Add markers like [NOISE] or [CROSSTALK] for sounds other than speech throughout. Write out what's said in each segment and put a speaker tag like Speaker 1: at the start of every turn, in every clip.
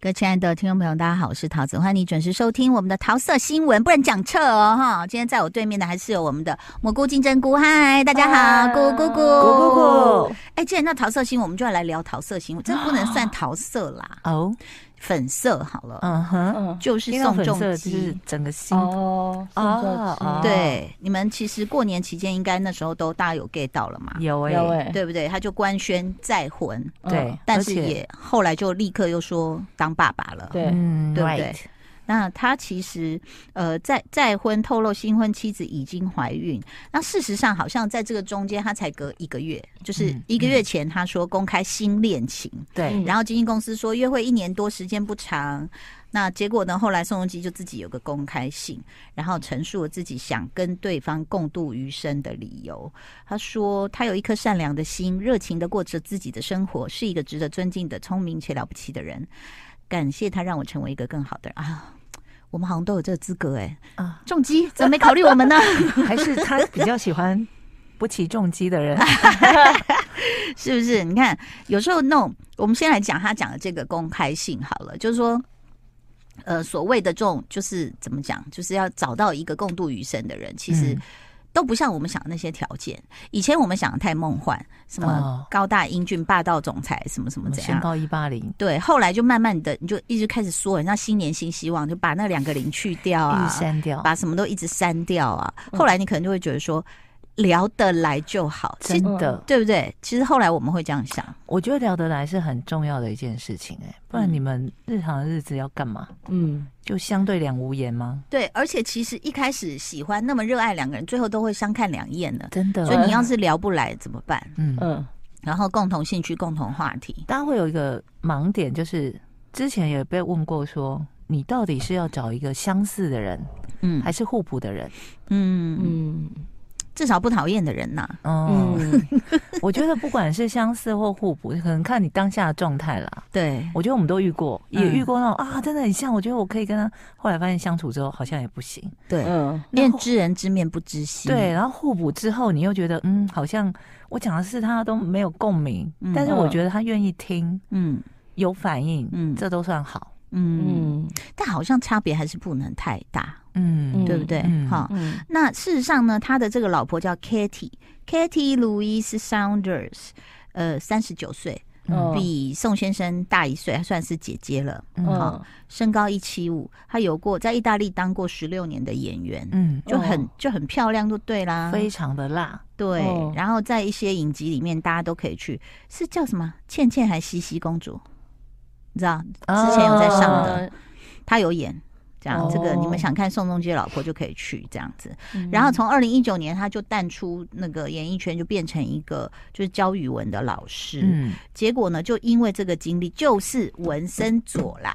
Speaker 1: 各位亲爱的听众朋友，大家好，我是桃子，欢迎你准时收听我们的桃色新闻，不能讲撤哦哈。今天在我对面的还是有我们的蘑菇金针菇，嗨，大家好，咕咕咕
Speaker 2: 咕咕咕。
Speaker 1: 哎，既然到桃色新闻，我们就要来聊桃色新闻，这不能算桃色啦，
Speaker 2: 哦，
Speaker 1: 粉色好了，
Speaker 2: 嗯哼，
Speaker 3: 嗯，
Speaker 1: 就是
Speaker 2: 听到
Speaker 1: 宋
Speaker 2: 粉色
Speaker 1: 仲
Speaker 2: 就是
Speaker 1: 基。
Speaker 2: 整个心，
Speaker 3: 哦，宋
Speaker 2: 哦
Speaker 3: 仲
Speaker 2: 哦
Speaker 3: 基，
Speaker 1: 对，你们其实过年期间应该那时候都大家有 get 到了嘛，
Speaker 2: 有哎、
Speaker 3: 有哎，
Speaker 1: 对不对？他就官宣再婚，
Speaker 3: 嗯
Speaker 2: 对，
Speaker 1: 欸但
Speaker 2: 而
Speaker 1: 是
Speaker 2: 且
Speaker 1: 也后来就立刻又说当爸爸了。
Speaker 3: 对，
Speaker 2: 嗯，
Speaker 1: 对不
Speaker 2: right
Speaker 1: 对？那他其实呃，再再婚透露新婚妻子已经怀孕。那事实上，好像在这个中间，他才隔一个月，就是
Speaker 2: 嗯
Speaker 1: 一个月前他说公开新恋情，
Speaker 2: 对
Speaker 3: 嗯
Speaker 1: 然后经纪公司说约会一年多，时间不长。那结果呢？后来宋仲基就自己有个公开信，然后陈述了自己想跟对方共度余生的理由。他说：“他有一颗善良的心，热情的过着自己的生活，是一个值得尊敬的、聪明且了不起的人。感谢他让我成为一个更好的人啊！我们好像都有这个资格哎、
Speaker 2: 啊，
Speaker 1: 仲基怎么没考虑我们呢？
Speaker 2: 还是他比较喜欢不骑重
Speaker 1: [LAUGHS]
Speaker 2: 机的人，
Speaker 1: 啊是不是？你看，有时候那种，我们先来讲他讲的这个公开性好了，就是说，呃，所谓的这种，就是怎么讲，就是要找到一个共度余生的人，其实
Speaker 2: 嗯
Speaker 1: 都不像我们想的那些条件。以前我们想的太梦幻，什么
Speaker 2: 哦
Speaker 1: 高大英俊、霸道总裁，什么什么怎
Speaker 2: 身
Speaker 1: 样。
Speaker 2: 高一八零，
Speaker 1: 对，后来就慢慢的，你就一直开始说，人家新年新希望，就把那两个零去掉啊，
Speaker 2: 一删掉，
Speaker 1: 把什么都一直删掉啊。
Speaker 3: 嗯
Speaker 1: 后来你可能就会觉得说，聊得来就好，其
Speaker 2: 真
Speaker 1: 实
Speaker 2: 的，
Speaker 1: 对不对？其实后来我们会这样想，
Speaker 2: 我觉得聊得来是很重要的一件事情、哎，不然你们日常的日子要干嘛？
Speaker 3: 嗯，
Speaker 2: 就相对两无言吗？
Speaker 1: 对，而且其实一开始喜欢那么热爱两个人，最后都会相看两厌的。
Speaker 2: 真的，
Speaker 1: 所以你要是聊不来怎么办？
Speaker 2: 嗯，
Speaker 3: 嗯，
Speaker 1: 然后共同兴趣、共同话题，
Speaker 2: 大家会有一个盲点，就是之前也被问过说，你到底是要找一个相似的人，
Speaker 1: 嗯
Speaker 2: 还是互补的人？
Speaker 1: 嗯，
Speaker 3: 嗯，
Speaker 1: 至少不讨厌的人呐、
Speaker 2: 嗯，
Speaker 3: 嗯，
Speaker 2: 我觉得不管是相似或互补，可能看你当下的状态啦。
Speaker 1: 对，
Speaker 2: 我觉得我们都遇过，也
Speaker 1: 嗯
Speaker 2: 遇过那种、啊，真的很像。我觉得我可以跟他，后来发现相处之后好像也不行。
Speaker 1: 对，
Speaker 3: 嗯，
Speaker 1: 因为
Speaker 2: 然后
Speaker 1: 知人知面不知心。
Speaker 2: 对，，然后互补之后，你又觉得嗯，好像我讲的是他都没有共鸣，
Speaker 1: 嗯
Speaker 2: 但是我
Speaker 3: 嗯
Speaker 2: 觉得他愿意听，
Speaker 1: 嗯
Speaker 2: 有反应，
Speaker 1: 嗯
Speaker 2: 这都算好。
Speaker 1: 嗯，
Speaker 3: 嗯，
Speaker 1: 但好像差别还是不能太大，
Speaker 2: 嗯，
Speaker 1: 对不对？
Speaker 2: 嗯
Speaker 1: 哈、
Speaker 3: 嗯，
Speaker 1: 那事实上呢，他的这个老婆叫 Katie，Katie Louise Saunders，呃，三十九岁，
Speaker 3: 嗯
Speaker 1: 比宋先生大一岁，还算是姐姐了。
Speaker 2: 嗯好
Speaker 3: 嗯，
Speaker 1: 身高一七五，她有过在意大利当过十六年的演员，
Speaker 2: 嗯，
Speaker 1: 就很、
Speaker 3: 哦
Speaker 1: 就很漂亮，就对啦。
Speaker 2: 非常的辣。
Speaker 1: 对，
Speaker 3: 哦
Speaker 1: 然后在一些影集里面，大家都可以去，是叫什么？倩倩还西西公主，你知道
Speaker 2: 嗯
Speaker 1: 之前有在上的
Speaker 3: 的，
Speaker 1: 她有演。这样，
Speaker 3: 哦嗯
Speaker 1: 这个你们想看宋仲基的老婆就可以去这样子。
Speaker 2: 嗯
Speaker 1: 然后从二零一九年，她就淡出那个演艺圈，就变成一个就是教语文的老师。
Speaker 2: 嗯，
Speaker 1: 结果呢，就因为这个经历，就是纹身左啦。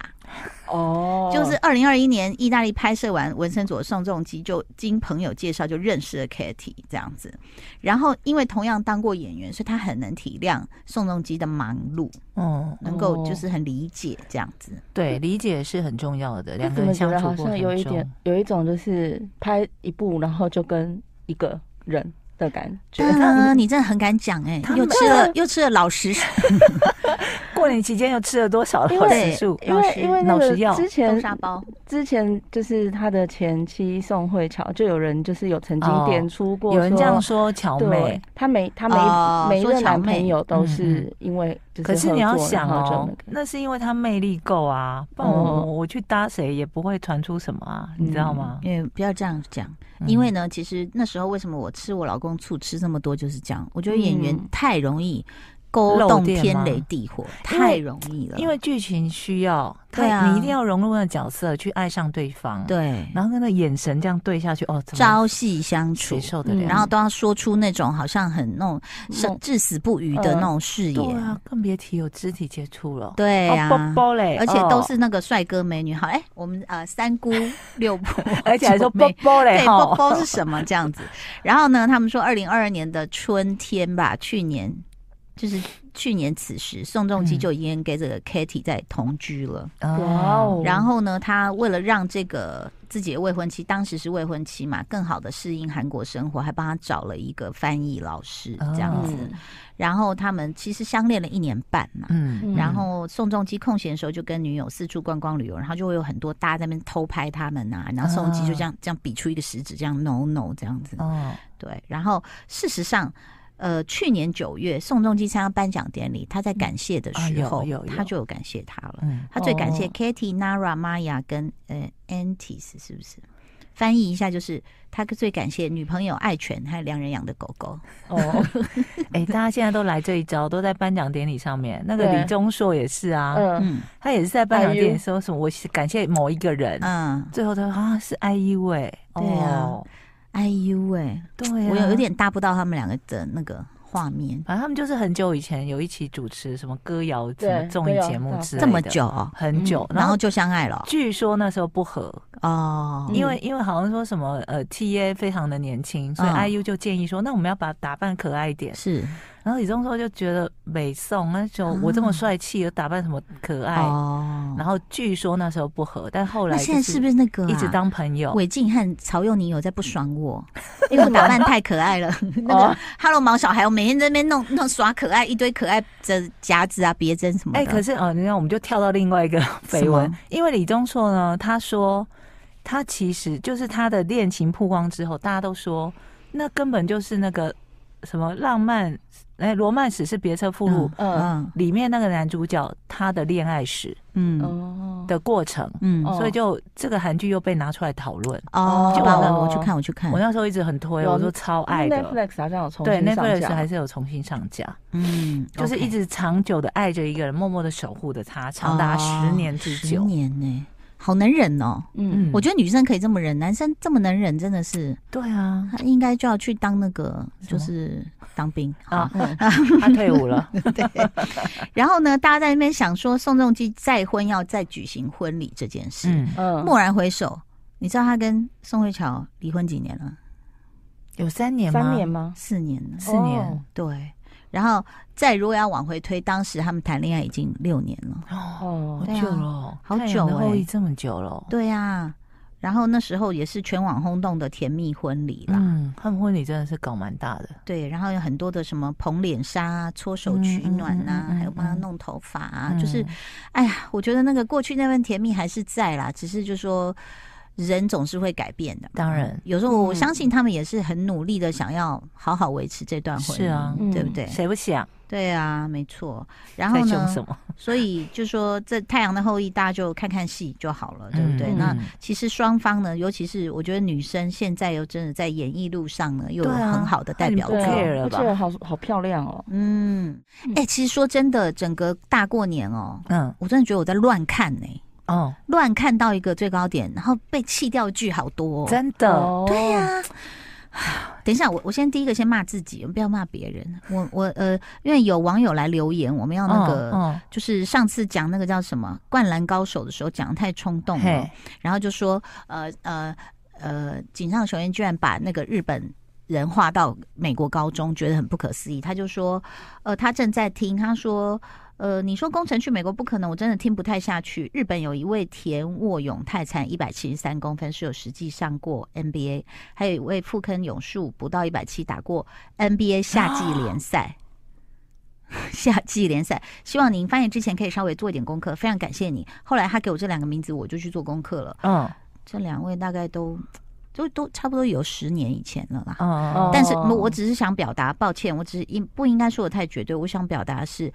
Speaker 3: 哦，
Speaker 1: 就是二零二一年意大利拍摄完《纹身左宋仲基》，就经朋友介绍就认识了 Kitty 这样子。然后因为同样当过演员，所以他很能体谅宋仲基的忙碌，
Speaker 2: 哦，
Speaker 1: 能够
Speaker 3: 哦
Speaker 1: 就是很理解这样子。
Speaker 2: 对，理解是很重要的。两
Speaker 3: 怎么
Speaker 2: 个
Speaker 3: 嗯
Speaker 2: 人
Speaker 3: 觉
Speaker 2: 相
Speaker 3: 得
Speaker 2: 处
Speaker 3: 好
Speaker 2: 过
Speaker 3: 像
Speaker 2: 程
Speaker 3: 有一
Speaker 2: 中
Speaker 3: 点，有一种就是拍一部，然后就跟一个人的感觉，
Speaker 1: 啊，你真的很敢讲哎、
Speaker 2: 他
Speaker 1: 又
Speaker 2: 们呃
Speaker 1: 吃了又吃了老
Speaker 2: [LAUGHS]
Speaker 1: 实
Speaker 2: 过年期间又吃了多少老
Speaker 1: 对
Speaker 2: 食素？
Speaker 3: [LAUGHS] 因
Speaker 2: 老
Speaker 3: 为
Speaker 2: 实
Speaker 3: 因为那
Speaker 2: 老实
Speaker 3: 个
Speaker 2: 药，
Speaker 3: 之
Speaker 1: 豆
Speaker 3: 前
Speaker 1: 沙包，
Speaker 3: 之前就是他的前妻宋慧乔，就有人就是有曾
Speaker 2: 哦
Speaker 3: 经点出过，
Speaker 2: 有人这样说乔
Speaker 3: 对
Speaker 2: 妹，，
Speaker 3: 她每她每、
Speaker 1: 哦
Speaker 3: 每一
Speaker 1: 说
Speaker 3: 个
Speaker 1: 乔
Speaker 3: 男
Speaker 1: 妹
Speaker 3: 朋友都
Speaker 2: 嗯
Speaker 3: 是因为就是
Speaker 2: 可是你要
Speaker 3: 合作
Speaker 2: 想
Speaker 3: 然后就
Speaker 2: 哦
Speaker 3: 那，个
Speaker 2: 那是因为他魅力够啊，不然我、
Speaker 3: 哦
Speaker 2: 我去搭谁也不会传出什么啊，你知道吗？
Speaker 1: 也不要这样讲，
Speaker 2: 嗯
Speaker 1: 因为呢，其实那时候为什么我吃我老公醋吃这么多，就是这样。我觉得演员
Speaker 3: 嗯
Speaker 1: 太容易勾动
Speaker 2: 漏电
Speaker 1: 天
Speaker 2: 吗
Speaker 1: 雷地火，
Speaker 2: 因为
Speaker 1: 太容易了。
Speaker 2: 嗯因为剧情需要，他、
Speaker 1: 对啊
Speaker 2: 你一定要融入那个角色，去爱上对方，，
Speaker 1: 对
Speaker 2: 然后跟那眼神这样对下去，哦，怎么
Speaker 1: 朝夕相处
Speaker 2: 谁，受得
Speaker 3: 嗯
Speaker 2: 了？
Speaker 1: 然后都要说出那种好像很那种生
Speaker 3: 梦
Speaker 1: 至死不渝的那种誓
Speaker 2: 嗯哦呃对
Speaker 1: 言，
Speaker 2: 啊，更别提有肢体接触了，
Speaker 1: 对呀、
Speaker 2: 哦，包包嘞，
Speaker 1: 而且都
Speaker 2: 哦
Speaker 1: 是那个帅哥美女。好，哎，我们呃三姑六婆，
Speaker 2: [LAUGHS] 而且还说
Speaker 1: 九妹
Speaker 2: 包包嘞，
Speaker 1: [LAUGHS] 对，
Speaker 2: 吼
Speaker 1: 包包是什么这样子？然后呢，他们说二零二二年的春天吧，去年就是去年此时，宋仲基
Speaker 2: 嗯
Speaker 1: 就已经跟这个 Kitty 在同居了。
Speaker 3: 哇哦
Speaker 1: 然后呢，他为了让这个自己的未婚妻，当时是未婚妻嘛，更好的适应韩国生活，还帮他找了一个翻译老师
Speaker 2: 哦
Speaker 1: 这样子。
Speaker 3: 嗯
Speaker 1: 然后他们其实相恋了一年半嘛。
Speaker 2: 嗯
Speaker 1: 然后宋仲基空闲的时候就跟女友四处观光旅游，然后就会有很多大家在那边偷拍他们呐、然后宋仲基就这样、这样比出一个食指，这样 no no 这样子。
Speaker 2: 啊哦，
Speaker 1: 对，然后事实上，呃，去年九月宋仲基参加颁奖典礼，他在感谢的
Speaker 2: 啊
Speaker 1: 时
Speaker 2: 有
Speaker 1: 候，
Speaker 2: 有有
Speaker 1: 他就有感谢他了。
Speaker 2: 嗯，
Speaker 1: 他最感谢
Speaker 3: 哦
Speaker 1: Katy、Nara、Maya 跟呃 Antis 是不是？翻译一下就是他最感谢女朋友爱犬还有良人养的狗狗。
Speaker 3: 哦，
Speaker 2: [LAUGHS] 哎、大家现在都来这一招，都在颁奖典礼上面。那个
Speaker 3: 对
Speaker 2: 李钟硕也是啊，
Speaker 3: 嗯，
Speaker 1: 嗯
Speaker 2: 他也是在颁奖典
Speaker 3: IU
Speaker 2: 礼说什么，我是感谢某一个人，
Speaker 1: 嗯，
Speaker 2: 最后他说啊是 IU 哎、
Speaker 1: 对啊
Speaker 2: 哦、
Speaker 1: 哎呦喂、
Speaker 2: 对啊，
Speaker 1: 我有有，点搭不到他们两个的那个画面，
Speaker 2: 反正他们就是很久以前有一起主持什么歌谣什
Speaker 3: 对
Speaker 2: 么综艺节目之类的，
Speaker 1: 这么久哦、
Speaker 2: 很久，
Speaker 1: 然
Speaker 2: 然
Speaker 1: 后
Speaker 2: 后
Speaker 1: 就相爱了
Speaker 2: 据说那时候不和，
Speaker 1: 哦。
Speaker 2: 因为因为好像说什么呃 TA 非常的年轻，所以
Speaker 1: 嗯
Speaker 2: IU 就建议说，那我们要把打扮可爱一点。
Speaker 1: 是
Speaker 2: 然后李钟硕就觉得美颂那时候
Speaker 1: 啊
Speaker 2: 我这么帅气，有打扮什么可爱？
Speaker 1: 哦，
Speaker 2: 然后据说那时候不和，但后
Speaker 1: 那
Speaker 2: 来
Speaker 1: 现在是不
Speaker 2: 是
Speaker 1: 是那个、啊、
Speaker 2: 一直当朋友？
Speaker 1: 韦静和曹佑宁有在不爽
Speaker 2: [LAUGHS]
Speaker 1: 我，因为我打扮太可爱了。 [LAUGHS] 那
Speaker 3: 哦
Speaker 1: 个 Hello 毛小孩，我每天在那边弄弄耍可爱，一堆可爱的夹子啊、别针什么的。
Speaker 2: 哎、可是哦，你看，我们就跳到另
Speaker 1: [LAUGHS]
Speaker 2: 外一个绯闻
Speaker 1: 什么，
Speaker 2: 因为李钟硕呢，他说他其实就是他的恋情曝光之后，大家都说那根本就是那个什么浪漫，哎，罗曼史是别册附录、
Speaker 3: 嗯
Speaker 1: 嗯
Speaker 2: 里面那个男主角他的恋爱史
Speaker 1: 嗯
Speaker 3: 哦，
Speaker 2: 的过程，
Speaker 1: 嗯
Speaker 3: 哦
Speaker 2: 所以就这个韩剧又被拿出来讨论。
Speaker 1: 哦，
Speaker 3: 就
Speaker 1: 就把
Speaker 3: 完了
Speaker 1: 我我去看，我去看
Speaker 2: 我。那时候一直很推，
Speaker 3: 有
Speaker 2: 我说超爱的。
Speaker 3: Netflix 好像有重
Speaker 2: 对
Speaker 3: 新上
Speaker 2: ，Netflix
Speaker 3: 架，
Speaker 2: 还是有重新上架，
Speaker 1: 嗯，
Speaker 2: 就是一
Speaker 1: OK
Speaker 2: 直长久的爱着一个人，默默的守护着他，长达十年之
Speaker 1: 哦
Speaker 2: 久
Speaker 1: 十。年呢，好能忍哦。
Speaker 3: 嗯，
Speaker 1: 我觉得女生可以这么忍，男生这么能忍，真的是
Speaker 2: 对啊，
Speaker 1: 他应该就要去当那个，
Speaker 2: 什
Speaker 1: 就
Speaker 2: 么
Speaker 1: 是当兵
Speaker 2: 啊
Speaker 1: 啊。
Speaker 3: 嗯
Speaker 2: [LAUGHS] 他退
Speaker 1: [LAUGHS]
Speaker 2: 伍了。
Speaker 1: 对。然后呢，大家在那边想说宋仲基再婚要再举行婚礼这件事，
Speaker 2: 嗯，
Speaker 3: 嗯，
Speaker 1: 蓦然回首，你知道他跟宋慧乔离婚几年了？
Speaker 2: 有三年吗？
Speaker 3: 三年吗？
Speaker 1: 四年了。
Speaker 2: 四年
Speaker 3: 哦
Speaker 1: 对，然后再如果要往回推，当时他们谈恋爱已经六年了。
Speaker 2: 哦，好
Speaker 3: 哦，
Speaker 2: 久了哦，
Speaker 1: 啊好
Speaker 2: 太阳的
Speaker 1: 久
Speaker 2: 后
Speaker 1: 欸
Speaker 2: 裔这么久了哦。
Speaker 1: 对啊，然后那时候也是全网轰动的甜蜜婚礼啦。
Speaker 2: 嗯，他们婚礼真的是搞蛮大的。
Speaker 1: 对，然后有很多的什么捧脸纱啊、搓手取暖呐、
Speaker 2: 嗯嗯嗯嗯嗯
Speaker 1: 还有帮他弄头发啊，就是
Speaker 2: 嗯
Speaker 1: 哎呀，我觉得那个过去那份甜蜜还是在啦，只是就说人总是会改变的。
Speaker 2: 当然
Speaker 1: 有时候我
Speaker 3: 嗯
Speaker 1: 相信他们也是很努力的，想要好好维持这段婚姻，
Speaker 2: 是啊
Speaker 1: 对不
Speaker 3: 嗯
Speaker 1: 对？
Speaker 2: 谁不想？
Speaker 1: 对啊，没错。然后
Speaker 2: 在凶
Speaker 1: 呢
Speaker 2: 什，么？
Speaker 1: 所以就说这《太阳的后裔》，大家就看看戏就好了，对不对？
Speaker 2: 嗯
Speaker 1: 那
Speaker 2: 嗯
Speaker 1: 其实双方呢，尤其是我觉得女生现在又真的在演艺路上呢，又有
Speaker 2: 对啊
Speaker 1: 很好的代表
Speaker 2: 不
Speaker 1: 作。
Speaker 3: 对啊
Speaker 2: care 了
Speaker 3: 我
Speaker 2: 吧
Speaker 3: 觉得好好漂亮哦，
Speaker 1: 嗯，哎、其实说真的，整个大过年哦，
Speaker 2: 嗯
Speaker 1: 我真的觉得我在乱看呢、
Speaker 2: 哦，
Speaker 1: 乱看到一个最高点，然后被弃掉的剧好多、哦。
Speaker 2: 真的，
Speaker 3: 哦
Speaker 1: 对呀、 [SIGHS] 等一下，我我先第一个先骂自己，不要骂别人。我我呃，因为有网友来留言，我们要那个、
Speaker 2: 嗯
Speaker 1: 就是上次讲那个叫什么《灌篮高手》的时候讲得太冲动了
Speaker 2: 嘿，，
Speaker 1: 然后就说呃呃呃，井上雄彦居然把那个日本。人划到美国高中，觉得很不可思议。他就说，呃，他正在听，他说，呃，你说工程去美国不可能，我真的听不太下去。日本有一位田沃永太才一百七十三公分，是有实际上过 NBA，还有一位富坑勇树不到一百七打过 NBA 夏季联赛。 [LAUGHS] 夏季联赛，希望您发言之前可以稍微做一点功课，非常感谢你。后来他给我这两个名字，我就去做功课了。
Speaker 2: 嗯
Speaker 1: 这两位大概都都都差不多有十年以前了啦。
Speaker 2: 嗯嗯
Speaker 3: 哦
Speaker 1: 但是我只是想表达，抱歉，我只是应不应该说的太绝对。我想表达的是，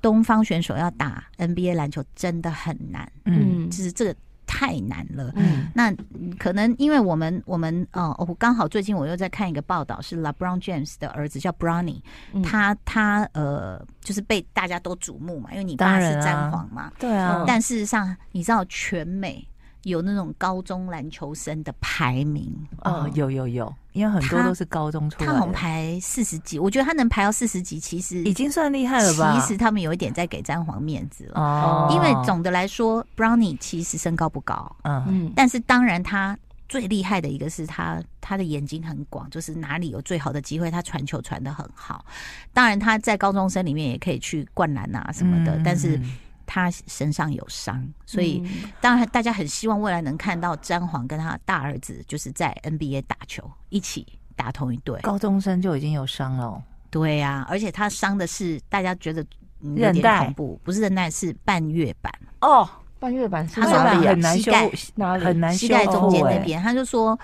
Speaker 1: 东方选手要打 NBA 篮球真的很难，
Speaker 2: 嗯
Speaker 3: 嗯
Speaker 1: 就是这个太难了。
Speaker 2: 嗯
Speaker 1: 那嗯可能因为我们我们呃，我刚好最近我又在看一个报道，是 LeBron James 的儿子叫 Bronny，、
Speaker 3: 嗯
Speaker 1: 他他呃就是被大家都瞩目嘛，因为你
Speaker 2: 当
Speaker 1: 爸是
Speaker 2: 然啊
Speaker 1: 詹皇嘛，
Speaker 2: 对啊
Speaker 3: 嗯，
Speaker 1: 但事实上，你知道全美有那种高中篮球生的排名，
Speaker 2: 哦有有有，因为很
Speaker 1: 嗯
Speaker 2: 多
Speaker 1: 他
Speaker 2: 都是高中出
Speaker 1: 他
Speaker 2: 来
Speaker 1: 好像
Speaker 2: 的，
Speaker 1: 排四十几，我觉得他能排到四十几，其实
Speaker 2: 已经算厉害了吧？
Speaker 1: 其实他们有一点在给詹皇面子了。
Speaker 2: 哦，
Speaker 1: 因为总的来说，Brownie 其实身高不高，
Speaker 2: 嗯
Speaker 3: 嗯
Speaker 1: 但是当然他最厉害的一个是他他的眼睛很广，就是哪里有最好的机会，他传球传的很好。当然他在高中生里面也可以去灌篮啊什么的，
Speaker 2: 嗯
Speaker 1: 但是他身上有伤，所以
Speaker 3: 嗯
Speaker 1: 当然大家很希望未来能看到詹皇跟他大儿子就是在 NBA 打球，一起打同一队。
Speaker 2: 高中生就已经有伤了哦，
Speaker 1: 对呀、而且他伤的是大家觉得嗯有
Speaker 2: 韧
Speaker 1: 点
Speaker 2: 带
Speaker 1: 恐怖，不是韧带，是半月板。
Speaker 2: 哦，
Speaker 3: 半月板是
Speaker 1: 他说
Speaker 3: 哪
Speaker 1: 半
Speaker 3: 里啊
Speaker 1: 月
Speaker 2: 很难
Speaker 1: 膝
Speaker 2: 修
Speaker 1: 盖，
Speaker 3: 哪里？
Speaker 2: 很难
Speaker 1: 膝
Speaker 2: 修
Speaker 1: 盖中间
Speaker 2: 复
Speaker 1: 那
Speaker 2: 欸
Speaker 1: 边，他就说，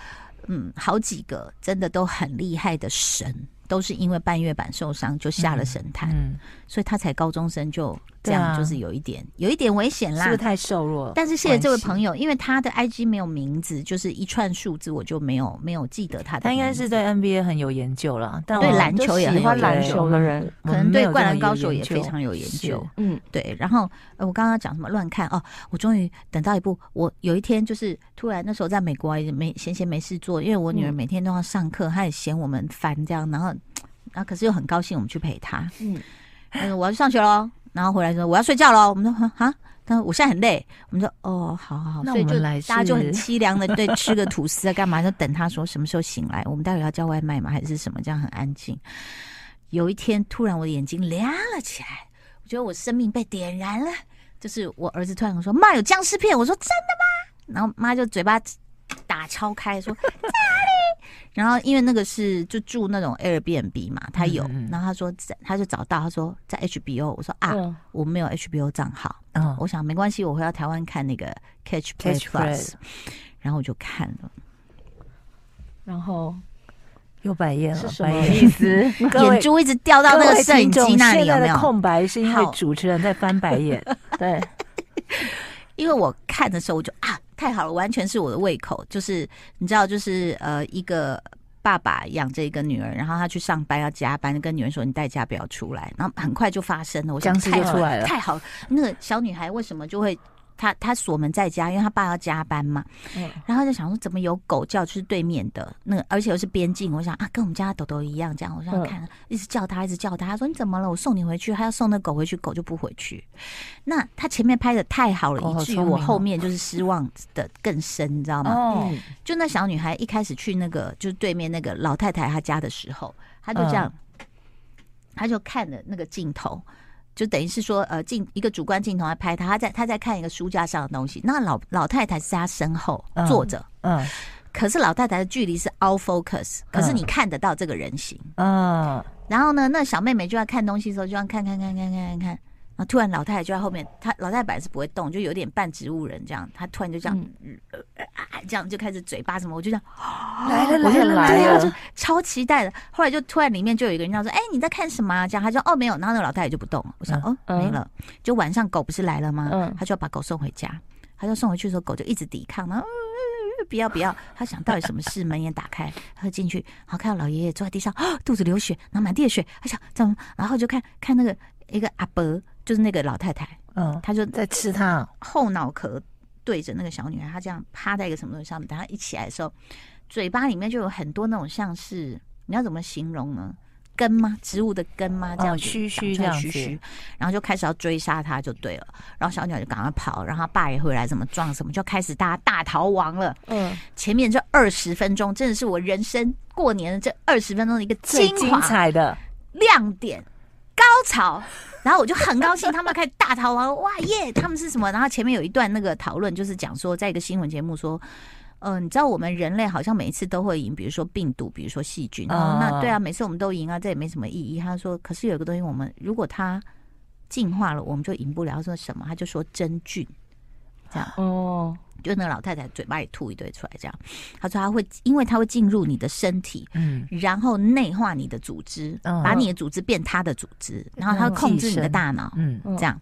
Speaker 1: 嗯，好几个真的都很厉害的神，都是因为半月板受伤就下了神坛，
Speaker 2: 嗯，
Speaker 1: 所以他才高中生就这
Speaker 2: 对啊
Speaker 1: 样，就是有一点、有一点危险
Speaker 2: 是
Speaker 1: 啦。
Speaker 2: 不是太瘦弱？
Speaker 1: 但是谢谢这位
Speaker 2: 关系
Speaker 1: 朋友，因为他的 IG 没有名字，就是一串数字，我就没有没有记得他的。
Speaker 2: 他应该是对 NBA 很有研究啦，但
Speaker 1: 对
Speaker 2: 我
Speaker 1: 篮球也很
Speaker 3: 喜
Speaker 1: 有
Speaker 3: 欢篮
Speaker 1: 研
Speaker 2: 哦对
Speaker 1: 究，
Speaker 3: 球的人，
Speaker 2: 我
Speaker 1: 可
Speaker 2: 们
Speaker 1: 能
Speaker 2: 没
Speaker 1: 对
Speaker 2: 有
Speaker 1: 《
Speaker 2: 这
Speaker 1: 灌
Speaker 2: 么
Speaker 1: 篮
Speaker 2: 有
Speaker 1: 高手》也
Speaker 2: 研究
Speaker 1: 非常有研
Speaker 2: 是
Speaker 1: 究。
Speaker 3: 嗯，
Speaker 1: 对，然后、呃、我刚刚讲什么乱看哦，我终于等到一部，我有一天就是突然那时候在美国啊也没闲闲没事做，因为我女儿
Speaker 3: 嗯
Speaker 1: 每天都要上课，她也嫌我们烦这样，然后然后可是又很高兴我们去陪她，
Speaker 3: 嗯，
Speaker 1: 嗯，我要去上学喽，然后回来说我要睡觉喽，我们说哈哈，她说我现在很累，我们说哦，好好好，
Speaker 2: 那
Speaker 1: 所以
Speaker 2: 我
Speaker 1: 就
Speaker 2: 们来
Speaker 1: 大家就很
Speaker 2: 是
Speaker 1: 凄凉的对吃个吐司啊干嘛，就等她说什么时候醒来，我们待会要叫外卖吗还是什么，这样很安静。有一天突然我的眼睛亮了起来，我觉得我生命被点燃了。就是我儿子突然跟我说：“妈，有僵尸片！”我说：“真的吗？”然后妈就嘴巴打敲开说：“在哪里？”然后因为那个是就住那种 Airbnb 嘛，他有，
Speaker 2: 嗯嗯嗯
Speaker 1: 然后他说在他就找到，他说在 HBO，我说啊，
Speaker 3: 嗯
Speaker 1: 我没有 HBO 账号，
Speaker 2: 嗯，
Speaker 1: 我想没关系，我回到台湾看那个 Catch Play
Speaker 2: Catch Play
Speaker 1: Plus，然后我就看了，
Speaker 3: 然后
Speaker 2: 又白夜
Speaker 3: 是
Speaker 2: 了，
Speaker 3: 什
Speaker 2: 白
Speaker 3: 么
Speaker 2: 夜。
Speaker 3: 意思？
Speaker 2: [LAUGHS] 各位
Speaker 1: 眼珠一直掉到那
Speaker 2: 各
Speaker 1: 个
Speaker 2: 位
Speaker 1: 摄影
Speaker 2: 听
Speaker 1: 机
Speaker 2: 众
Speaker 1: 那里，
Speaker 2: 现
Speaker 1: 有
Speaker 2: 在
Speaker 1: 没有
Speaker 2: 的？空白是因
Speaker 1: 好
Speaker 2: 为主持人在翻白眼，
Speaker 3: 对，
Speaker 1: 因为我看的时候，我就啊，太好了，完全是我的胃口。就是你知道，就是呃，一个爸爸养着一个女儿，然后他去上班要加班，跟女儿说：“你带家不要出来。”然后很快就发生了，我想
Speaker 2: 僵尸
Speaker 1: 太
Speaker 2: 就
Speaker 1: 好
Speaker 2: 出来了
Speaker 1: 太好了。那个小女孩为什么就会？她她锁门在家，因为她爸要加班嘛，
Speaker 3: [LAUGHS] 嗯
Speaker 1: 然后就想说怎么有狗叫，就是对面的那个，而且又是边境，我想啊，跟我们家的豆豆一样，这样我想
Speaker 3: 嗯
Speaker 1: 看，一直叫她，一直叫她，她说你怎么了？我送你回去，她要送那狗回去，狗就不回去。那她前面拍的太好了，
Speaker 2: 哦好
Speaker 1: 以至于
Speaker 2: 聪明
Speaker 1: 我
Speaker 2: 哦
Speaker 1: 后面就是失望的更深，你知道吗？
Speaker 2: 哦
Speaker 3: 嗯，
Speaker 1: 就那小女孩一开始去那个就是对面那个老太太她家的时候，她就这样，
Speaker 2: 嗯
Speaker 1: 她就看了那个镜头，就等于是说呃镜一个主观镜头来拍她，她在她在看一个书架上的东西。那老老太太是她身后
Speaker 2: 嗯
Speaker 1: 坐着，
Speaker 2: [LAUGHS] 嗯
Speaker 1: 可是老太太的距离是 all focus，可是你看得到这个人形。
Speaker 2: 嗯，
Speaker 1: 然后呢，那小妹妹就在看东西的时候，就这样看看看看看看看。然后突然，老太太就在后面，她老太太本来是不会动，就有点半植物人这样。她突然就这样，
Speaker 3: 嗯
Speaker 1: 啊，这样就开始嘴巴什么，我就这样
Speaker 3: 来
Speaker 1: 我
Speaker 3: 了来
Speaker 1: 就
Speaker 3: 了
Speaker 1: 对
Speaker 3: 来
Speaker 1: 啊，
Speaker 3: 了
Speaker 1: 就，超期待的。后来就突然里面就有一个人这样说：“哎、你在看什么、啊？”这样，他就哦没有，然后那个老太太就不动了。我想、哦
Speaker 3: 嗯
Speaker 1: 没了，就晚上狗不是来了吗？
Speaker 3: 嗯
Speaker 1: 他就要把狗送回家，他就送回去的时候，狗就一直抵抗，然后。呃不要不要！他想到底什么事？门也打开，他就进去，然后看到老爷爷坐在地上，啊肚子流血，然后满地的血。他想怎么？然后就看看那个一个阿伯，就是那个老太太，
Speaker 2: 嗯，
Speaker 1: 他就
Speaker 2: 在吃它哦，
Speaker 1: 后脑壳对着那个小女孩，她这样趴在一个什么东西上面，等她一起来的时候，嘴巴里面就有很多那种像是你要怎么形容呢？根吗？植物的根吗？这样
Speaker 2: 哦
Speaker 1: 子
Speaker 2: 须须
Speaker 1: 长出来
Speaker 2: 这样
Speaker 1: 须
Speaker 2: 子
Speaker 1: 须，然后就开始要追杀她就对了。然后小女孩就赶快跑，然后她爸也回来，怎么撞什么，就开始大家大逃亡了。
Speaker 3: 嗯，
Speaker 1: 前面这二十分钟真的是我人生过年的这二十分钟的一个
Speaker 2: 最
Speaker 1: 精
Speaker 2: 精
Speaker 1: 华
Speaker 2: 彩的，
Speaker 1: 亮点、高潮，然后我就很高兴，他们开始大逃亡，哇耶！他们是什么？然后前面有一段那个讨论，就是讲说，在一个新闻节目说。呃，你知道我们人类好像每一次都会赢，比如说病毒，比如说细菌。
Speaker 2: 啊
Speaker 1: 哦，那对啊，每次我们都赢啊，这也没什么意义。他说，可是有一个东西，我们如果它进化了，我们就赢不了。他说什么？他就说真菌。
Speaker 3: 哦，
Speaker 1: 就那个老太太嘴巴里吐一堆出来，这样，她说她会，因为它会进入你的身体，
Speaker 2: 嗯，
Speaker 1: 然后内化你的组织，
Speaker 2: 嗯
Speaker 1: 把你的组织变他的组织，然后他会控制你的大脑，
Speaker 2: 嗯，
Speaker 3: 嗯
Speaker 1: 这样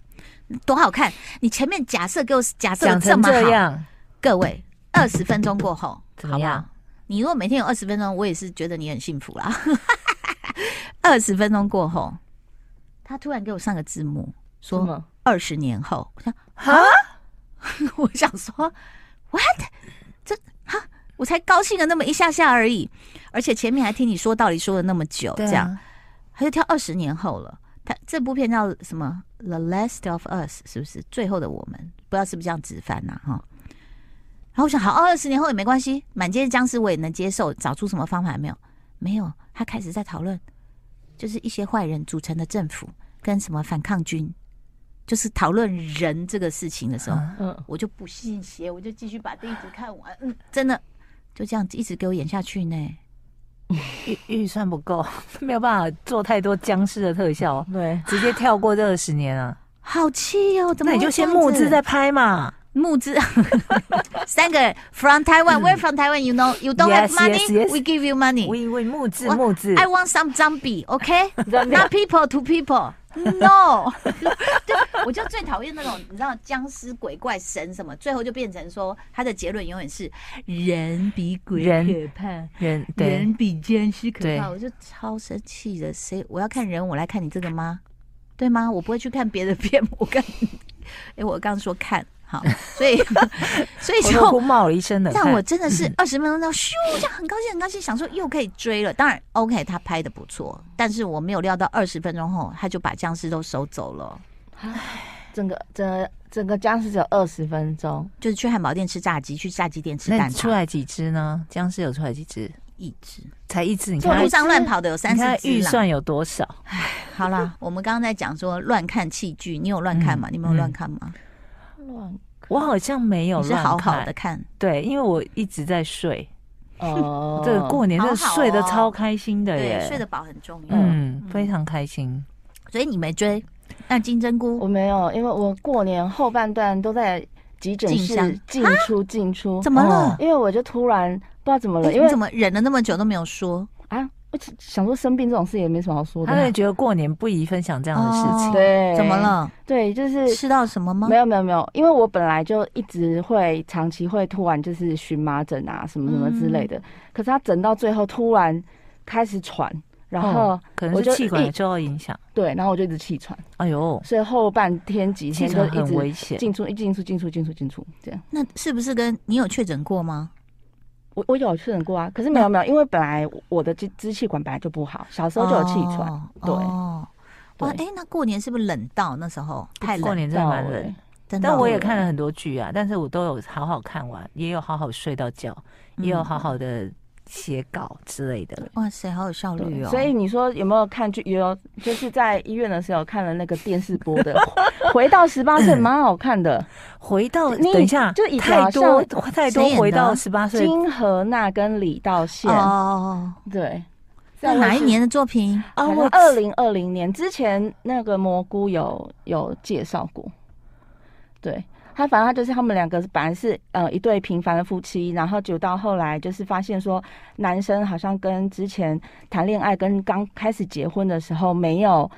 Speaker 1: 多好看！你前面假设给我假设
Speaker 2: 讲
Speaker 1: 得这
Speaker 2: 成
Speaker 1: 么
Speaker 2: 这
Speaker 1: 好，
Speaker 2: 样，
Speaker 1: 各位二十分钟过后，
Speaker 2: 怎
Speaker 1: 好
Speaker 2: 么
Speaker 1: 不
Speaker 2: 样
Speaker 1: 好？你如果每天有二十分钟，我也是觉得你很幸福啦。 [LAUGHS] 二十分钟过后，他突然给我上个字幕
Speaker 3: 什
Speaker 1: 说
Speaker 3: 么？
Speaker 1: 二十年后，我想
Speaker 2: 哈，
Speaker 1: [LAUGHS] 我想说，what？这哈，我才高兴了那么一下下而已，而且前面还听你说道理说了那么久，这样，他就跳二十年后了。他这部片叫什么？The Last of Us 是不是？最后的我们，不知道是不是这样直翻呐、哈。然后我想，好，二十年后也没关系，满街僵尸我也能接受。找出什么方法没有？没有，他开始在讨论，就是一些坏人组成的政府跟什么反抗军，就是讨论人这个事情的时候，
Speaker 3: 嗯，
Speaker 1: 我就不信邪，我就继续把这一集看完。嗯，真的就这样子一直给我演下去呢。
Speaker 2: 预预算不够， [LAUGHS] 没有办法做太多僵尸的特效，
Speaker 3: 对，
Speaker 2: 直接跳过这二十年啊。
Speaker 1: 好气 [LAUGHS] 哦！怎么
Speaker 2: 那
Speaker 1: 会
Speaker 2: 你就先
Speaker 1: 这样
Speaker 2: 募
Speaker 1: 子
Speaker 2: 资再拍嘛。
Speaker 1: 募资， [LAUGHS] 三个 from
Speaker 2: [LAUGHS]
Speaker 1: Taiwan, we're from Taiwan, you know, you don't have
Speaker 2: Yes,
Speaker 1: money,
Speaker 2: yes, yes.
Speaker 1: we give you money.
Speaker 2: 我以为募资
Speaker 1: 我
Speaker 2: 募资，
Speaker 1: I want some zombie,
Speaker 2: [LAUGHS]
Speaker 1: OK? Not people to people. No，对，我就最讨厌那种你知道僵尸、鬼怪、神什么，最后就变成说他的结论永远是人比鬼
Speaker 2: 人
Speaker 1: 可怕，
Speaker 2: 人对
Speaker 1: 人比僵尸可
Speaker 2: 对
Speaker 1: 怕，我就超生气的。谁我要看人，我来看你这个吗？对吗？我不会去看别的片，我看， [LAUGHS] 哎、我刚说看
Speaker 2: [LAUGHS]
Speaker 1: 好，所以所以
Speaker 2: 我
Speaker 1: 就
Speaker 2: 都哭冒了一身冷
Speaker 1: 让我
Speaker 2: 汗。
Speaker 1: 真的是二十分钟这样咻，这样很高兴很高兴，想说又可以追了。当然，OK，他拍的不错，但是我没有料到二十分钟后他就把僵尸都收走了，
Speaker 3: 整个整整个僵尸只有二十分钟，
Speaker 1: 就是去汉堡店吃炸鸡，去炸鸡店吃
Speaker 2: 那
Speaker 1: 蛋
Speaker 2: 你出
Speaker 1: 挞，
Speaker 2: 来几只呢？僵尸有出来几只？
Speaker 1: 一只。
Speaker 2: 才一只，你
Speaker 1: 就
Speaker 2: 看
Speaker 1: 路
Speaker 2: 它
Speaker 1: 上乱跑的有三
Speaker 2: 你
Speaker 1: 四
Speaker 2: 看它
Speaker 1: 只
Speaker 2: 预
Speaker 1: 啦。
Speaker 2: 算有多少？
Speaker 1: 好啦，我们刚刚在讲说乱看器具，你有乱看吗？
Speaker 2: 嗯
Speaker 1: 你没有乱看吗？
Speaker 3: 乱
Speaker 2: 我好像没有
Speaker 1: 你是
Speaker 2: 乱
Speaker 1: 好好
Speaker 2: 看
Speaker 1: 的看，
Speaker 2: 对，因为我一直在睡。
Speaker 3: [LAUGHS] 哦
Speaker 2: 这个过年真的
Speaker 1: 好好哦
Speaker 2: 睡得超开心的耶，
Speaker 1: 睡得饱很重要。
Speaker 2: 嗯
Speaker 1: 嗯
Speaker 2: 非常开心。
Speaker 1: 所以你没追。那金针菇
Speaker 3: 我没有，因为我过年后半段都在急诊
Speaker 1: 进香
Speaker 3: 室进出进出，
Speaker 1: 怎么了
Speaker 2: 哦？
Speaker 3: 因为我就突然不知道怎么
Speaker 1: 哎
Speaker 3: 了，哦因
Speaker 1: 你
Speaker 3: 为
Speaker 1: 怎么忍了那么久都没有说？
Speaker 3: 啊，我只想说生病这种事也没什么好说的
Speaker 2: 他
Speaker 3: 啊，
Speaker 2: 会觉得过年不宜分享这样的事情，
Speaker 1: 哦
Speaker 3: 对，
Speaker 1: 怎么？了？
Speaker 3: 对，就是
Speaker 1: 吃到什么吗
Speaker 3: 没？有没有没有，因为我本来就一直会长期会突然就是荨麻疹啊什么什么之类的，可是他疹到最后突然开始喘，然后、
Speaker 2: 哦可能
Speaker 3: 我
Speaker 2: 是
Speaker 3: 就
Speaker 2: 气管
Speaker 3: 一
Speaker 2: 受到影响。
Speaker 3: 对，然后我就一直气喘，
Speaker 2: 哎呦，
Speaker 3: 所以后半天几
Speaker 2: 气
Speaker 3: 天就
Speaker 2: 喘
Speaker 3: 一
Speaker 2: 很危
Speaker 3: 直
Speaker 2: 险。
Speaker 3: 进出一进出进出进出进出这样。
Speaker 1: 那是不是跟你有确诊过吗？
Speaker 3: 我我有确诊过啊，可是没有没有，因为本来我的支支气管本来就不好，小时候就有气喘，
Speaker 1: 哦
Speaker 3: 对
Speaker 1: 哦，哇，哎、
Speaker 3: 对
Speaker 1: 那过年是不是冷到那时候太冷？
Speaker 2: 过年真的
Speaker 3: 到
Speaker 2: 蛮
Speaker 3: 欸
Speaker 2: 冷，
Speaker 1: 真的哦，
Speaker 2: 但我也看了很多剧啊，但是我都有好好看完，也有好好睡到觉，也
Speaker 3: 嗯
Speaker 2: 有好好的写稿之类的。
Speaker 1: 嗯哇塞，好有效率
Speaker 3: 对，
Speaker 1: 哦！
Speaker 3: 所以你说有没有看剧？也有，就是在医院的时候看了那个电视播的《回 [LAUGHS] 到十八岁》，蛮好看的。
Speaker 2: 回到
Speaker 3: 你
Speaker 2: 等一下，
Speaker 3: 就以前
Speaker 2: 太
Speaker 3: 好
Speaker 2: 多
Speaker 3: 像
Speaker 2: 太
Speaker 1: 谁
Speaker 2: 多
Speaker 1: 演
Speaker 2: 回
Speaker 1: 的
Speaker 2: 到十八岁，
Speaker 3: 金荷娜跟李道宪，
Speaker 1: 啊哦，
Speaker 3: 对，
Speaker 1: 那哪一？年的作品？
Speaker 2: 啊我
Speaker 3: 二零二零年之前那个蘑菇有有介绍过，对。他反正他就是他们两个本来是呃一对平凡的夫妻，然后就到后来就是发现说男生好像跟之前谈恋爱跟刚开始结婚的时候没有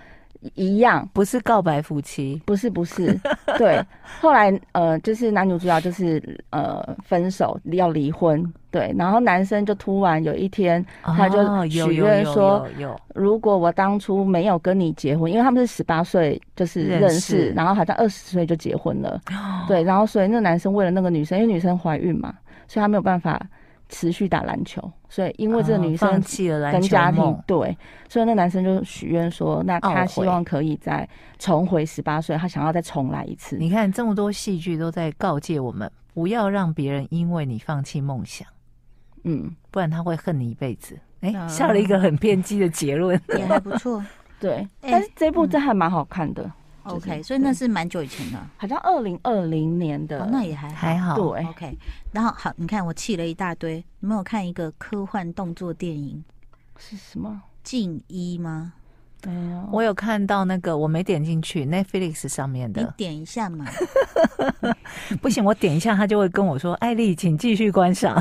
Speaker 3: 一样，
Speaker 2: 不是告白夫妻，
Speaker 3: 不是不是，对。后来呃，就是男女主角就是呃分手要离婚，对。然后男生就突然有一天，他就
Speaker 2: 哦有
Speaker 3: 许
Speaker 2: 有
Speaker 3: 愿
Speaker 2: 有
Speaker 3: 说
Speaker 2: 有有
Speaker 3: 如果我当初没有跟你结婚，因为他们是十八岁就是
Speaker 2: 认
Speaker 3: 认
Speaker 2: 识哦
Speaker 3: 识，然后好像二十岁就结婚了， [GASPS] 对。然后所以那个男生为了那个女生，因为女生怀孕嘛，所以他没有办法持续打篮球，所以因为这个
Speaker 2: 哦
Speaker 3: 女
Speaker 2: 放
Speaker 3: 生
Speaker 2: 弃了篮
Speaker 3: 跟
Speaker 2: 球
Speaker 3: 家庭
Speaker 2: 梦，
Speaker 3: 对，所以那男生就许愿说，那他
Speaker 2: 懊
Speaker 3: 希
Speaker 2: 悔
Speaker 3: 望可以再重回十八岁，他想要再重来一次。
Speaker 2: 你看这么多戏剧都在告诫我们，不要让别人因为你放弃梦想，
Speaker 3: 嗯，
Speaker 2: 不然他会恨你一辈子。哎、
Speaker 1: 嗯
Speaker 2: 下了一个很偏激的结论。
Speaker 1: 也还不 [LAUGHS] 错。
Speaker 3: 对，
Speaker 1: 哎
Speaker 3: 但是这部真还蛮好看的，就是
Speaker 1: OK，所以那是蛮久以前的，
Speaker 3: 好像二零二零年的，
Speaker 1: 哦那也还好。
Speaker 2: [LAUGHS]
Speaker 1: 哦
Speaker 2: 还好，
Speaker 3: 对，
Speaker 1: OK，然后好，你看我气了一大堆。你们有看一个科幻动作电影
Speaker 3: 是什么？
Speaker 1: 《静一》吗？
Speaker 3: 没有，
Speaker 2: 我有看到那个，我没点进去 Netflix 上面
Speaker 1: 你
Speaker 2: 的，
Speaker 1: 点一下
Speaker 2: [LAUGHS]
Speaker 1: 嘛。
Speaker 2: 不行，我点一下，他就会跟我说：“艾丽，请继续观赏。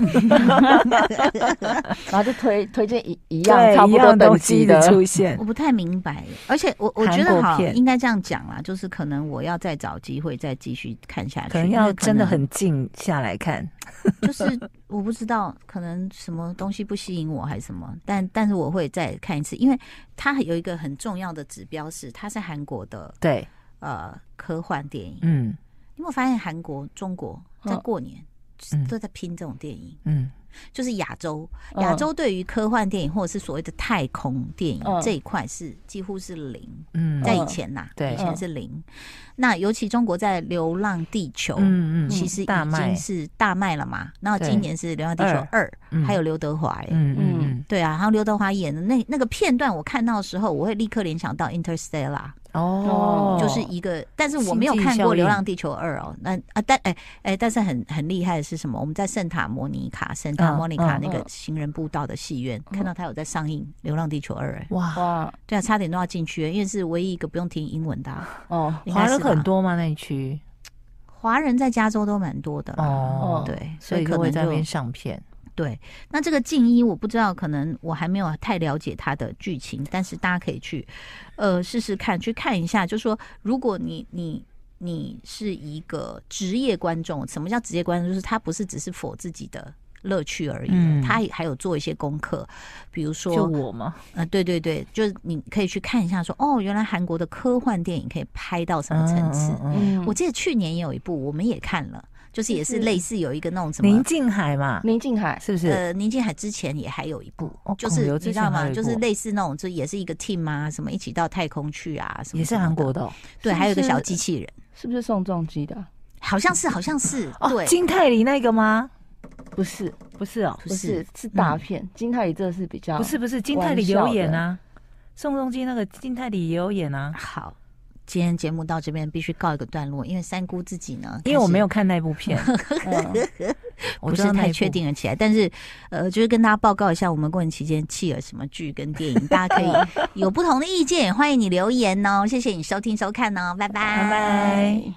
Speaker 3: 然后就推推荐一一”样
Speaker 2: 对，
Speaker 3: 差不
Speaker 2: [LAUGHS] 一
Speaker 3: 多
Speaker 2: 样
Speaker 3: 等
Speaker 2: 东西
Speaker 3: 级
Speaker 2: 的
Speaker 3: 的，
Speaker 2: 出现 [LAUGHS]
Speaker 1: 我。不太明白耶，而且我我
Speaker 2: 韩
Speaker 1: 觉得
Speaker 2: 国
Speaker 1: 好
Speaker 2: 片
Speaker 1: 应该这样讲啦，就是可能我要再找机会再继续看下去，
Speaker 2: 可能
Speaker 1: 因为
Speaker 2: 要真的很静下来看，
Speaker 1: [LAUGHS] 就是我不知道，可能什么东西不吸引我还是什么，但但是我会再看一次，因为它有一个很重要的指标是它是韩国的
Speaker 2: 对，
Speaker 1: 呃科幻电影，
Speaker 2: 嗯，
Speaker 1: 你有没有发现韩国、中国在
Speaker 3: 嗯
Speaker 1: 过年
Speaker 2: 嗯
Speaker 1: 都在拼这种电影，
Speaker 2: 嗯
Speaker 1: 就是亚洲，
Speaker 3: 嗯
Speaker 1: 亚洲对于科幻电影或者是所谓的太空电影、
Speaker 3: 嗯
Speaker 1: 这一块是几乎是零，
Speaker 2: 嗯，
Speaker 1: 在
Speaker 2: 嗯
Speaker 1: 以前呐、
Speaker 2: 对
Speaker 1: 以前是零。那尤其中国在《流浪地球》
Speaker 2: 嗯嗯，
Speaker 1: 其实已
Speaker 2: 大麦
Speaker 1: 经，是大卖了嘛，然后
Speaker 2: 对
Speaker 1: 今年是《流浪地球二》，
Speaker 2: 嗯
Speaker 1: 还有刘德华耶。
Speaker 2: 嗯嗯
Speaker 1: 对啊，然后刘德华演的那那个片段，我看到的时候，我会立刻联想到《Interstellar》，
Speaker 2: 嗯，哦，
Speaker 1: 就是一个，但是我没有看
Speaker 2: 星际
Speaker 1: 过《
Speaker 2: 效应
Speaker 1: 流浪地球二》哦。那啊，但哎哎，但是很很厉害的是什么？我们在圣塔摩尼卡、圣塔摩尼卡
Speaker 2: 嗯
Speaker 1: 那个
Speaker 3: 嗯
Speaker 1: 行人步道的戏院，看到他有在上映《流浪地球二》哎，
Speaker 2: 哇，
Speaker 3: 哇
Speaker 1: 对啊，差点都要进去，因为是唯一一个不用听英文的啊、
Speaker 3: 哦
Speaker 1: 应该
Speaker 2: 华
Speaker 1: 是
Speaker 2: 人
Speaker 1: 吧
Speaker 2: 很，多吗？那一区？
Speaker 1: 华人在加州都蛮多的啦
Speaker 2: 哦
Speaker 1: 对，
Speaker 2: 所以
Speaker 1: 可
Speaker 2: 就
Speaker 1: 能
Speaker 2: 会在那
Speaker 1: 就
Speaker 2: 边上片。
Speaker 1: 对。那这个静一，我不知道，可能我还没有太了解它的剧情，但是大家可以去呃试试看，去看一下。就说如果你你。你是一个职业观众，什么叫职业观众？就是他不是只是否自己的乐趣而已，
Speaker 2: 嗯
Speaker 1: 他也还有做一些功课，比如说
Speaker 2: 就我吗？
Speaker 1: 呃，对对对，就是你可以去看一下说，哦，原来韩国的科幻电影可以拍到什么层次。
Speaker 2: 嗯嗯嗯
Speaker 3: 嗯，
Speaker 1: 我记得去年也有一部，我们也看了，就是也是
Speaker 3: 就是
Speaker 1: 类似有一个那种什
Speaker 2: 宁
Speaker 1: 么。
Speaker 2: 静海嘛，
Speaker 3: 宁静海
Speaker 2: 是不是？
Speaker 1: 呃，宁静海之前也还有一部，
Speaker 2: 哦
Speaker 1: 就
Speaker 2: 孔
Speaker 1: 是
Speaker 2: 刘
Speaker 1: 你
Speaker 2: 之
Speaker 1: 知
Speaker 2: 前
Speaker 1: 道
Speaker 2: 还
Speaker 1: 吗？
Speaker 2: 有一
Speaker 1: 就是
Speaker 2: 部
Speaker 1: 类似那种，就也是一个 team 啊，什么一起到太空去啊，什么
Speaker 2: 也是
Speaker 1: 什么
Speaker 2: 韩
Speaker 1: 的
Speaker 2: 国，的哦
Speaker 1: 对，还有一个
Speaker 3: 是不
Speaker 1: 小
Speaker 3: 是
Speaker 1: 机器人，
Speaker 3: 是不是宋仲基的啊？
Speaker 1: 好像是，好像是，
Speaker 2: 哦，
Speaker 1: 对，
Speaker 2: 金泰梨那个吗？
Speaker 3: 不是，
Speaker 2: 不是哦，
Speaker 1: 不
Speaker 3: 不是
Speaker 1: 是，
Speaker 3: 是大片。金泰梨这是比较
Speaker 2: 不是不是，金泰梨有演啊，宋仲基那个金泰梨也有演啊，
Speaker 1: 好，今天节目到这边必须告一个段落，因为三姑自己呢，
Speaker 2: 因为
Speaker 1: 开
Speaker 2: 我
Speaker 1: 始
Speaker 2: 没有看那
Speaker 1: [LAUGHS]
Speaker 2: 部片，
Speaker 3: 嗯
Speaker 2: 我
Speaker 1: 不
Speaker 2: 知
Speaker 1: 是
Speaker 2: 道那一
Speaker 1: 太
Speaker 2: 部
Speaker 1: 确。定了起来，但是呃，就是跟大家报告一下，我们过年期间弃了什么剧跟电影，大家可
Speaker 2: [LAUGHS]
Speaker 1: 以有不同的意见，也欢迎你留言哦。谢谢你收听收看哦，拜拜，
Speaker 2: 拜拜。
Speaker 3: 哎